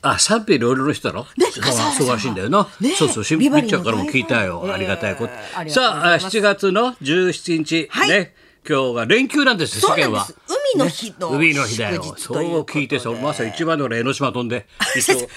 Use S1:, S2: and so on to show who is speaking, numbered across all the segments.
S1: あ賛否両論の人だろ
S2: ね
S1: そう
S2: 笠原さんは
S1: 忙しいんだよな、
S2: ね
S1: そうそうしみ
S2: ビバ
S1: っ
S2: リー
S1: ちゃ
S2: の
S1: んからも聞いたよ、
S2: 大ファン
S1: ありがたいこと、
S2: えーありがとうご
S1: さ
S2: ざ
S1: あ
S2: います
S1: 7月の17日、
S2: はい
S1: ね今日が連休なんですよ世
S2: そう
S1: 間
S2: なんで
S1: は
S2: す海の日の
S1: 海の日だよ
S2: 祝日
S1: そ
S2: という
S1: う
S2: ことで
S1: 聞いてさまさに一番の江ノ島飛ん で一応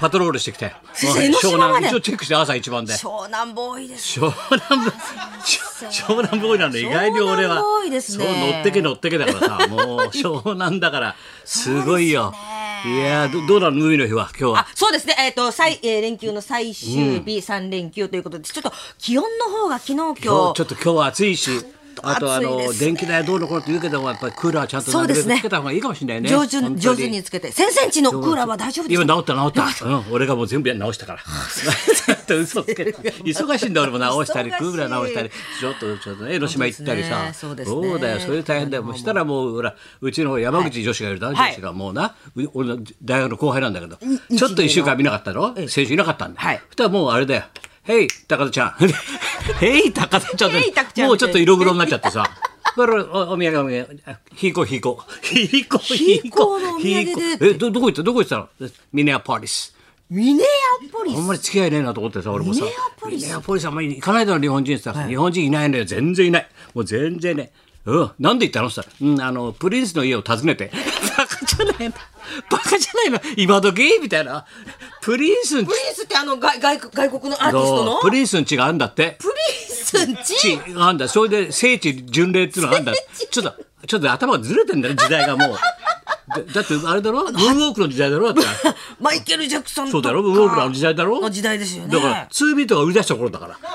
S1: パトロールしてきて
S2: 先生江ノ島まで
S1: 一応チェックして朝一番で
S2: 湘南ボーイです
S1: 湘南ボーイ湘南ボーイなんで意外に俺は
S2: 湘南ボーイですね
S1: そう乗ってけ乗ってけだからさ もう湘南だからすごいよ、いやーどどうなの海の日は今日は
S2: あそうですね、えっと最えー連休の最終日、三3連休ということで、ちょっと気温の方が昨日、今日
S1: 今日ちょっと今日は暑いしあとあ
S2: 暑いで
S1: の
S2: すね
S1: 電気代どうのこうのって言うけどもやっぱりクーラーちゃんと
S2: そうですね
S1: なるべくつけた方がいいかもしれないね
S2: 上
S1: 本
S2: 手
S1: 当
S2: 上手につけて、1000センチのクーラーは大丈夫です
S1: 今治
S2: か
S1: った治った、うん、俺がもう全部直したからちょっと嘘つけた忙しいんだ俺も直したり
S2: 忙しい
S1: クーラー直したりちょっとちょっとね江ノ島行ったりさ
S2: そうですねそうですね
S1: だよそれで大変だよもうしたらもうほらうちの山口女子がいるだろ、
S2: はい
S1: 女子がもうなう俺の大学の後輩なんだけど
S2: い
S1: ちょっと1週間見なかったの先週いなかったんだ、
S2: はい
S1: そしたらもうあれだよ「ヘイ高田ちゃん」 「ヘイ高田ちゃん」
S2: ヘイ高田ちゃん
S1: もうちょっと色黒になっちゃってさ これおお土産お土産あ引こう引こう 引こう
S2: 引こうのお土産で
S1: 引こうえどどこ行ったどこ行ってたのミネアポリス
S2: ミネアポリス
S1: あんまり付き合いねえなと思ってさ俺もさ
S2: ミネアポリス
S1: ミネアポリスあんまり行かないだろ日本人ってさ、日本人いないのよ全然いないもう全然ねうん、なんで行ったのさ、うん、あのプリンスの家を訪ねてバカじゃないのバカじゃないの今時みたいなプリンスん
S2: プリンスってあの外外国外国のアーティストの
S1: のプリンスん家があんだって
S2: プリンスんち
S1: 地なんだそれで聖地巡礼っていうのがあんだ
S2: 聖
S1: ちょっとちょっと頭がずれてんだよ時代がもうだだってあれだろムーンウォークの時代だろだって
S2: マイケル・ジャクソンとか
S1: そうだろムーンウォークのあの時代だろ
S2: の時代ですよね
S1: だからツービートが売り出した頃だから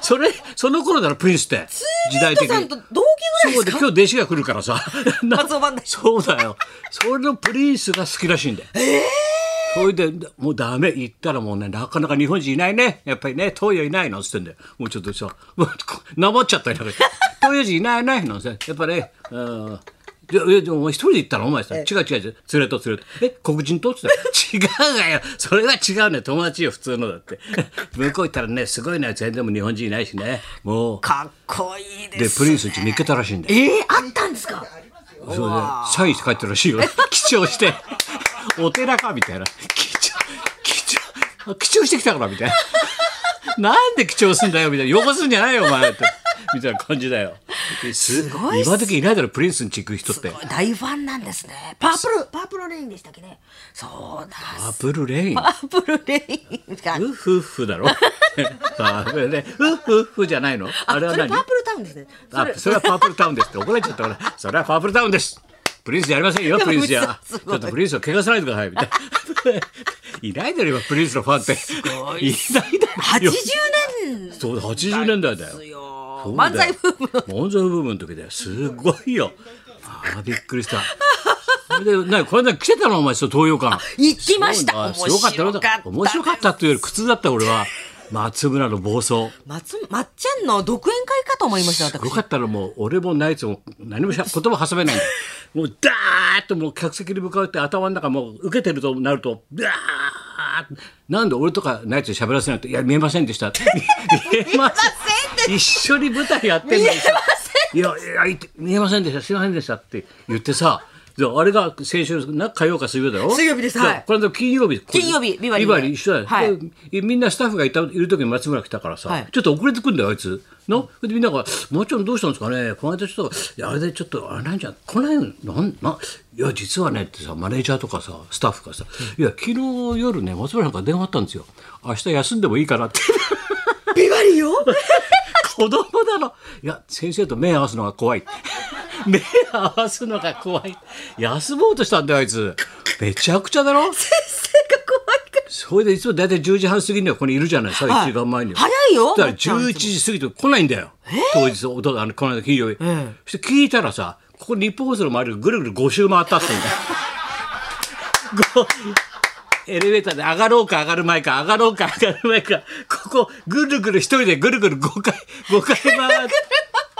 S1: それその頃だろプリンスって時代
S2: ビート
S1: 的
S2: さん
S1: に
S2: と同期ぐら
S1: そ
S2: いうで
S1: です今
S2: か
S1: 日弟子が来る からさな
S2: 松尾万代
S1: そうだよそれのプリンスが好きらしいんだよそれでもうダメ行ったらもうねなかなか日本人いないねやっぱりね東洋いないのっつってんだよもうちょっとさ もうこなまっちゃったりなんかして東洋人いないねなんてやっぱねうんでえでもお前一人で行ったのお前さ違う違う違う連れと連れとえ黒人とっつって違うがよそれは違うね友達よ普通のだって 向こう行ったらねすごいね全然もう日本人いないしねもう
S2: かっこいい
S1: で
S2: です
S1: プリンスうち見っけたらしいんだよ
S2: えー、あったんですか
S1: それでサインして帰ってるらしいよ。貴重して。お寺かみたいな。貴重、貴重、貴重してきたからみたいな。なんで貴重すんだよみたいな。汚すんじゃないよお前って。みたいな感じだよ。す
S2: ごいっす
S1: 今時いないだろ、プリンスに行く人って。
S2: 大ファンなんですねパープルパープルレインでしたっけねそうだ
S1: アップルレイン。
S2: パープルレインが
S1: ウッフッフだろ。あれね、ウッフッフじゃないのあれは
S2: それ
S1: 何
S2: パープルタウンですねそ
S1: あ
S2: れ
S1: それはパープルタウンですって怒られちゃったからそれはパープルタウンですプリンスやりませんよプリンスや
S2: す
S1: ち
S2: ご
S1: ょ
S2: い
S1: っとプリンスを怪我さないでくださいみたいないないだろ今プリンスのファンっていないだろ
S2: 80年
S1: そうだ80年代だよ
S2: ですよ
S1: そうだよ
S2: 漫才ブームの
S1: 漫才ブームの時だよすごいよあーびっくりしたそれでなこれで来てたのお前そう東洋館
S2: 行きました
S1: すごいなすごかった面白かったというより苦痛だった俺は松村の暴走
S2: 松まっちゃんの独演会かと思いました
S1: よ
S2: 私
S1: かったらもう俺もナイツも何もしゃ言葉挟めないんだよもうダーッともう客席に向かうって頭の中もう受けてるとなるとダーッなんで俺とかナイツに喋らせないと「いや見えませんでした」って見えません一緒に舞台やってんのにさ「いやいやいて見えませんでしたすいませんでした」って言ってさであれが先週な火曜か水曜だよ
S2: 水曜日ですはい
S1: これの金曜日
S2: 金曜日ビバリ
S1: ビ
S2: ーで
S1: バリー一緒だよ、
S2: はい
S1: でみんなスタッフがいたいる時に松村来たからさ、
S2: はい
S1: ちょっと遅れてくんだよあいつのそれでみんなが「もちろんどうしたんですかねこの間ちょっといやあれでちょっとあれなんじゃこの辺なんないや実はね」ってさマネージャーとかさスタッフがさ「いや昨日夜ね松村なんか電話あったんですよ明日休んでもいいかな」って
S2: ビバリーよ
S1: 子供だろいや先生と目合わすのが怖 い目合わすのが怖い休もうとしたんだよあいつめちゃくちゃだろ
S2: 先生が怖いから
S1: それでいつも大体10時半過ぎにはここにいるじゃないさ、
S2: はい
S1: 1時間前には
S2: 早いよ
S1: だから
S2: まっちゃん
S1: 11時過ぎて来ないんだよ、当日おとあのこの間金曜日、そして聞いたらさここ日本放送の周りをぐるぐる5周回ったって言うんだよごエレベーターで上がろうか上がる前か上がろうか上がる前かここぐるぐる一人でぐるぐる5回5回回っ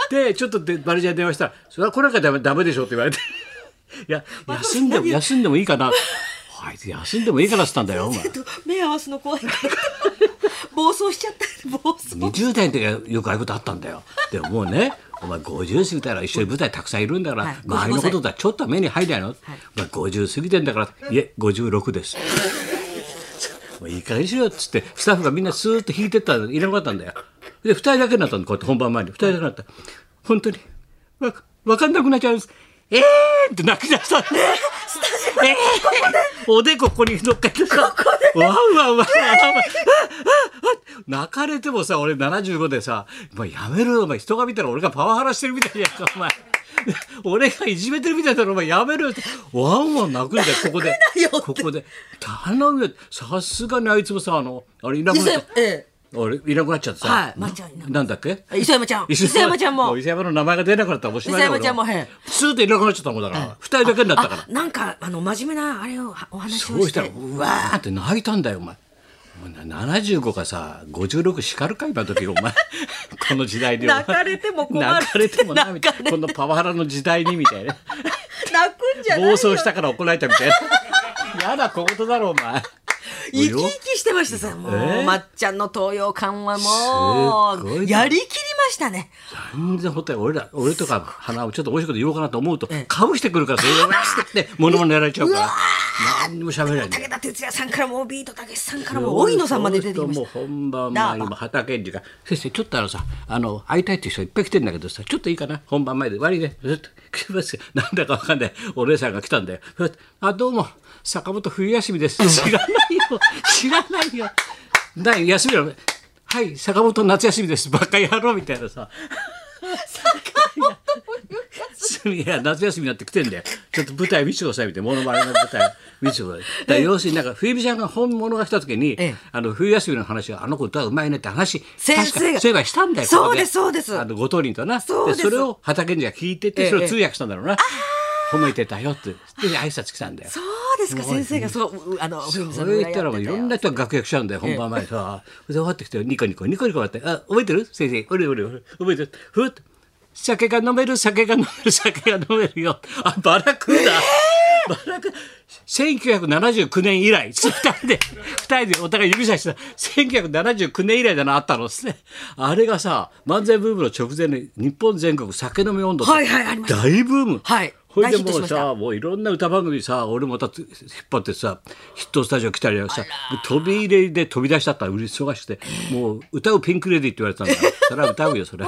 S1: てちょっとでマネージャーに電話したら「それは来なきゃダメダメでしょ」って言われて「いや休んでも休んでもいいかな」あいつ休んでもいいからっつったんだよお前
S2: ちょっと目合わすの怖いから暴走しちゃった暴走
S1: 20代の時はよくああいうことあったんだよでももうね お前50過ぎたら一緒に舞台たくさんいるんだから、
S2: はい
S1: 周りのことだちょっとは目に入らないの、お前50過ぎてんだからいえ56です もういい加減にしろよっつってスタッフがみんなスーッと引いてったらいらなかったんだよで2人だけになったんだこうやって本番前に2人だけになった本当にわ分かんなくなっちゃうんですえーって泣き出したんだよ
S2: スタジ
S1: えーおでこここに乗っかってさ、わんわんわんわんわん、あああ 泣かれてもさ、俺75でさ、まあ、やめろよ、お前、人が見たら俺がパワハラしてるみたいじゃんか、お前。 俺がいじめてるみたいだろ、お前、やめろよって。わんわん泣くんだよ、ここで
S2: なよっ。て
S1: ここで。頼むよ。さすがにあいつもさ、あの、あれいなくなっ
S2: 磯
S1: ちゃっ
S2: 山え
S1: た。あれいなくなっちゃってさ、
S2: はいまっちゃんいなくなっ
S1: なんだっけ
S2: え磯山ちゃん磯山ちゃんも
S1: 伊勢山の名前が出なくなったらおしまいだ
S2: 磯山ちゃんもへえ
S1: 普通でいなくなっちゃったもんだから、二人だけになったから
S2: あなんかあの真面目なあれをお話
S1: そ
S2: を
S1: う
S2: し
S1: してたらうわーって泣いたんだよお前。お前な75かさ56叱るか今時お前 この時代でお前
S2: 泣かれても困る
S1: 泣かれてもなみたい
S2: 泣
S1: な
S2: かれて
S1: このパワハラの時代にみた いな
S2: 泣くんじゃない
S1: 暴
S2: よ
S1: 走したから怒られたみたいなやだ小言だろお前
S2: 生き生きしてましたさもう、
S1: えー
S2: まっちゃんの東洋館は
S1: す
S2: も
S1: ごいうね
S2: やりきりましたね
S1: 全然ほった俺ら俺とか鼻をちょっと美味しいこと言おうかなと思うと
S2: ええ
S1: かぶしてくるからそれでうわーって物もやられちゃうから
S2: うわ
S1: 何にも喋れないんだよ
S2: 武田鉄矢さんからもビートたけしさんからも大井野さんまで出てきま
S1: もう
S2: した
S1: 本番前にも畑健二が「先生ちょっとあのさあの会いたいっていう人いっぱい来てんだけどさちょっといいかな本番前で悪いね」ずっと「来てますよなんだかわかんないお姉さんが来たんだよ」ふっあどうも坂本冬休みです」知らないよ知らないよ何休みなのはい坂本夏休みですバカ野郎みたいなさいや夏休みになってきてんだよちょっと舞台見せてくださいみたいなモノマネの舞台見せてくださいだから要するになんか冬美ちゃんが本物が来た時に、
S2: ええ
S1: あの冬休みの話はあの子歌うまいねって話
S2: 先生
S1: 確
S2: が
S1: かそういえばしたんだよ
S2: そう
S1: ここ
S2: ですそうです
S1: あのご当人とな
S2: そうです
S1: それを畑健二が聞いて
S2: ええ
S1: てそれを通訳したんだろうな、褒めてたよってで挨拶来たんだよ
S2: そうですか先生がそううあのそ
S1: それ言ったらもういろんな人が楽屋来ちゃうんだよ本番前さで終わってきてニコニコニコニコやって「あ覚えてる先生俺俺俺覚えてるふっ酒が飲める酒が飲める酒が飲めるよあバラ食うだ、バラ食う1979年以来2人で2人でお互い指差してた1979年以来だなあったのですねあれがさ漫才ブームの直前に日本全国酒飲み温度って
S2: はいはいありました
S1: 大ブーム
S2: はい
S1: ほいで
S2: 大ヒッ
S1: も
S2: トし
S1: う
S2: ました
S1: さもういろんな歌番組さ俺もたつ引っ張ってさヒットスタジオ来たりなんかさ飛び入れで飛び出しちゃったら忙しくてもう歌うピンク・レディーって言われてたんだよそれは歌うよそ れ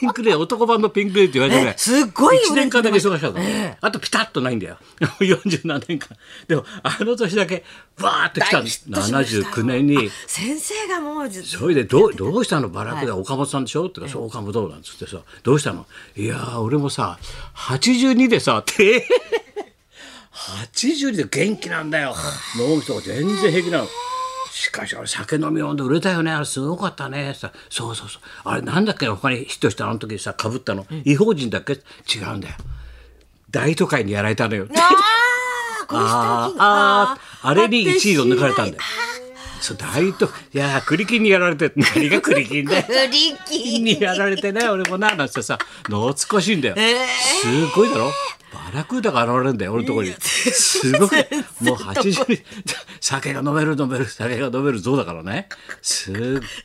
S1: ピンク・レディー男版のピンク・レディーって言われてね
S2: えすっごいよね
S1: 1年間だけ忙しかったのあとピタッとないんだよ 47年間でもあの年だけわーって来たんです79年に。
S2: 先生がもうず
S1: それでどうどうしたのバラクで岡本さんでしょってか、そう岡本どうなんつってさどうしたのいやー俺もさ82でさって82で元気なんだよ飲む人が全然平気なの。しかしあれ酒飲み飲んで売れたよねあれすごかったねさそうそうそうあれなんだっけ他にヒットしたあの時さかぶったの違法人だっけ違うんだよ大都会にやられたのよ
S2: ああこれ
S1: あ
S2: 下着
S1: ーあーあれに1位を抜かれたんだよ。そう大都会いやー栗金にやられて何が栗金だよ
S2: フリ キ
S1: にやられてね俺もななんつってさ懐かしいんだよ、すごいだろバラクーダが現れるんだよ俺のところにすごくもう80に酒が飲める飲める酒が飲めるぞだからねすっ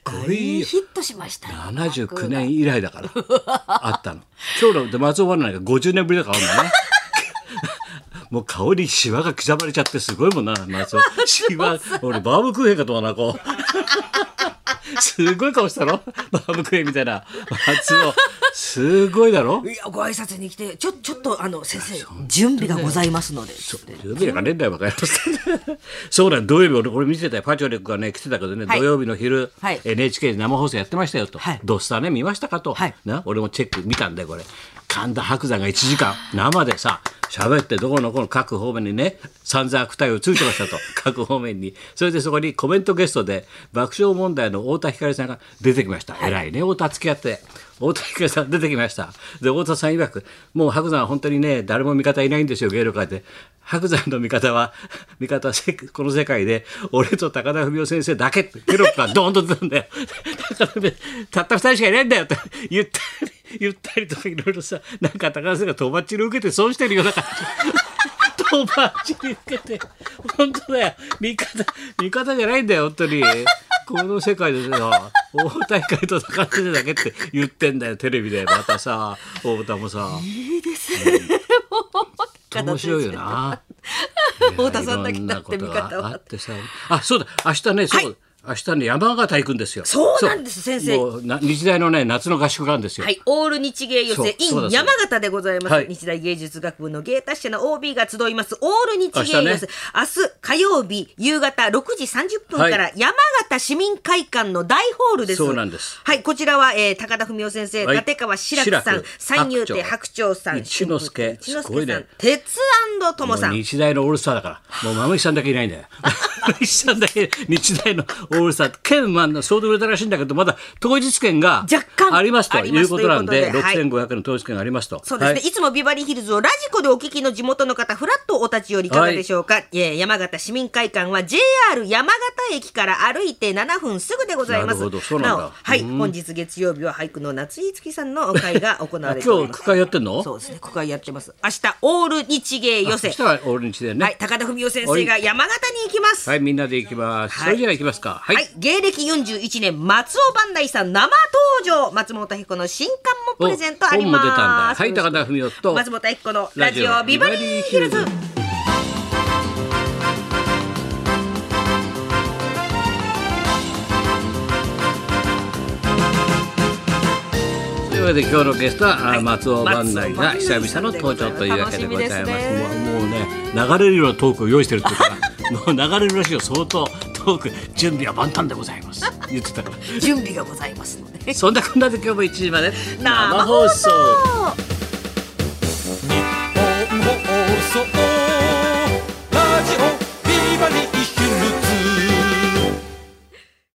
S1: ごいよ
S2: ヒットしましたよ
S1: 79年以来だからあったの今日ので松尾花なんか50年ぶりだからあんだね もう顔にシワが刻まれちゃってすごいもんな松尾シワ俺バームクーヘンかと思うなこう すごい顔したろバームクーヘンみたいな松尾すごいだろ
S2: いやご挨拶に来てちょちょっとあの先生準備がございますので
S1: 土曜日なんかねえんだよ、バカ野郎 そうなん土曜日、俺、これ見てたよ、パチョレックがね、来てたけどね、
S2: はい
S1: 土曜日の昼、
S2: はい
S1: NHK で生放送やってましたよと、
S2: はい
S1: ドスターね、見ましたかと、
S2: はい
S1: な俺もチェック見たんだよ、これ。神田伯山が1時間、生でさ、喋って、どこのこの各方面にね、散々悪態をついてました と、各方面に。それでそこにコメントゲストで、爆笑問題の太田光さんが出てきました。偉いね、太田付き合って。太田光さん出てきました。で、太田さん曰く、もう白山は本当にね、誰も味方いないんですよ、芸能界で。白山の味方は、味方はせこの世界で、俺と高田文夫先生だけって、テロップがドーンと出たんだよ。高田文夫たった二人しかいないんだよって言ったり、言ったりとかいろいろさ、なんか高田先生がとばっちり受けて損してるような感じ。とばっちり受けて、本当だよ。味方、味方じゃないんだよ、本当に。この世界でさ、大田光と高田先生だけって言ってんだよ、テレビで。またさ、大田もさ。
S2: いいです
S1: 面白いよな。
S2: 太田さんだけ
S1: いろ
S2: だ
S1: な
S2: っ
S1: こ
S2: て見
S1: と
S2: 方
S1: があ
S2: は
S1: ってさあそうだ明日ねそう、明日ね山形行くんですよ
S2: そうなんです
S1: そう
S2: 先生
S1: もうな日大のね夏の合宿があるんですよ、
S2: はい、オール日芸予
S1: そう
S2: 選
S1: そうだ
S2: in
S1: そうだ
S2: 山形でございます、
S1: はい
S2: 日大芸術学部の芸達者の OB が集いますオール日芸
S1: 明
S2: 予選明
S1: 日
S2: 日,、
S1: ね
S2: 火曜日夕方6時30分から、
S1: はい
S2: 山形市民会館の大ホールです
S1: そうなんです
S2: はいこちらは、えー高田文夫先生、
S1: はい
S2: 立川志らくさん
S1: 志らく
S2: 三遊亭白
S1: 白
S2: 鳥さん
S1: 一之輔
S2: 一之
S1: すご
S2: 輔
S1: い
S2: さん、
S1: ね
S2: 鉄友さ
S1: もうん日大のオールスターだからもうマムシさんだけいないん だよマムシさんだけ日大のオールスター県まあ相当売れたらしいんだけどまだ当日券が
S2: 若干
S1: ありますと
S2: ありま
S1: い
S2: す
S1: うことなんで
S2: ということではい
S1: 6500円の当日券がありますと
S2: そうですね、
S1: はい
S2: い、つもビバリーヒルズをラジコでお聞きの地元の方、フラッとお立ち寄りいかがでしょうか、えー山形市民会館は JR 山形駅から歩いて7分すぐでございます。
S1: なるほどそうなんだ
S2: お、はい、本日月曜日は俳句の夏井月さんの会が行われてお
S1: 今
S2: りま
S1: 日
S2: す。
S1: 区会やってんの
S2: そうですね、区会やってます。明日、オール日芸予
S1: そ
S2: 選
S1: し。たらオール日でね
S2: はい、高田文夫先生が山形に行きます。
S1: はい、みんなで行きます。
S2: はい
S1: それじゃあ行きますか。は。
S2: はいい、芸歴41年松尾万内さん生登場松本彦の新刊もプレゼントあります
S1: お本も出たんだはい高田文夫と
S2: 松本彦のラジオビバリーヒルズ
S1: というわけで今日のゲストは、あ
S2: はい
S1: 松尾万内が久々の登場というわけでございます。
S2: 楽しみです
S1: もうもうね流れるようなトークを用意してるっていうから もう流れるらしいよ相当トーク準備は万端でございます。言ってた から。
S2: 準備がございますので
S1: そんなこんなで今日も1時まで
S2: 生放送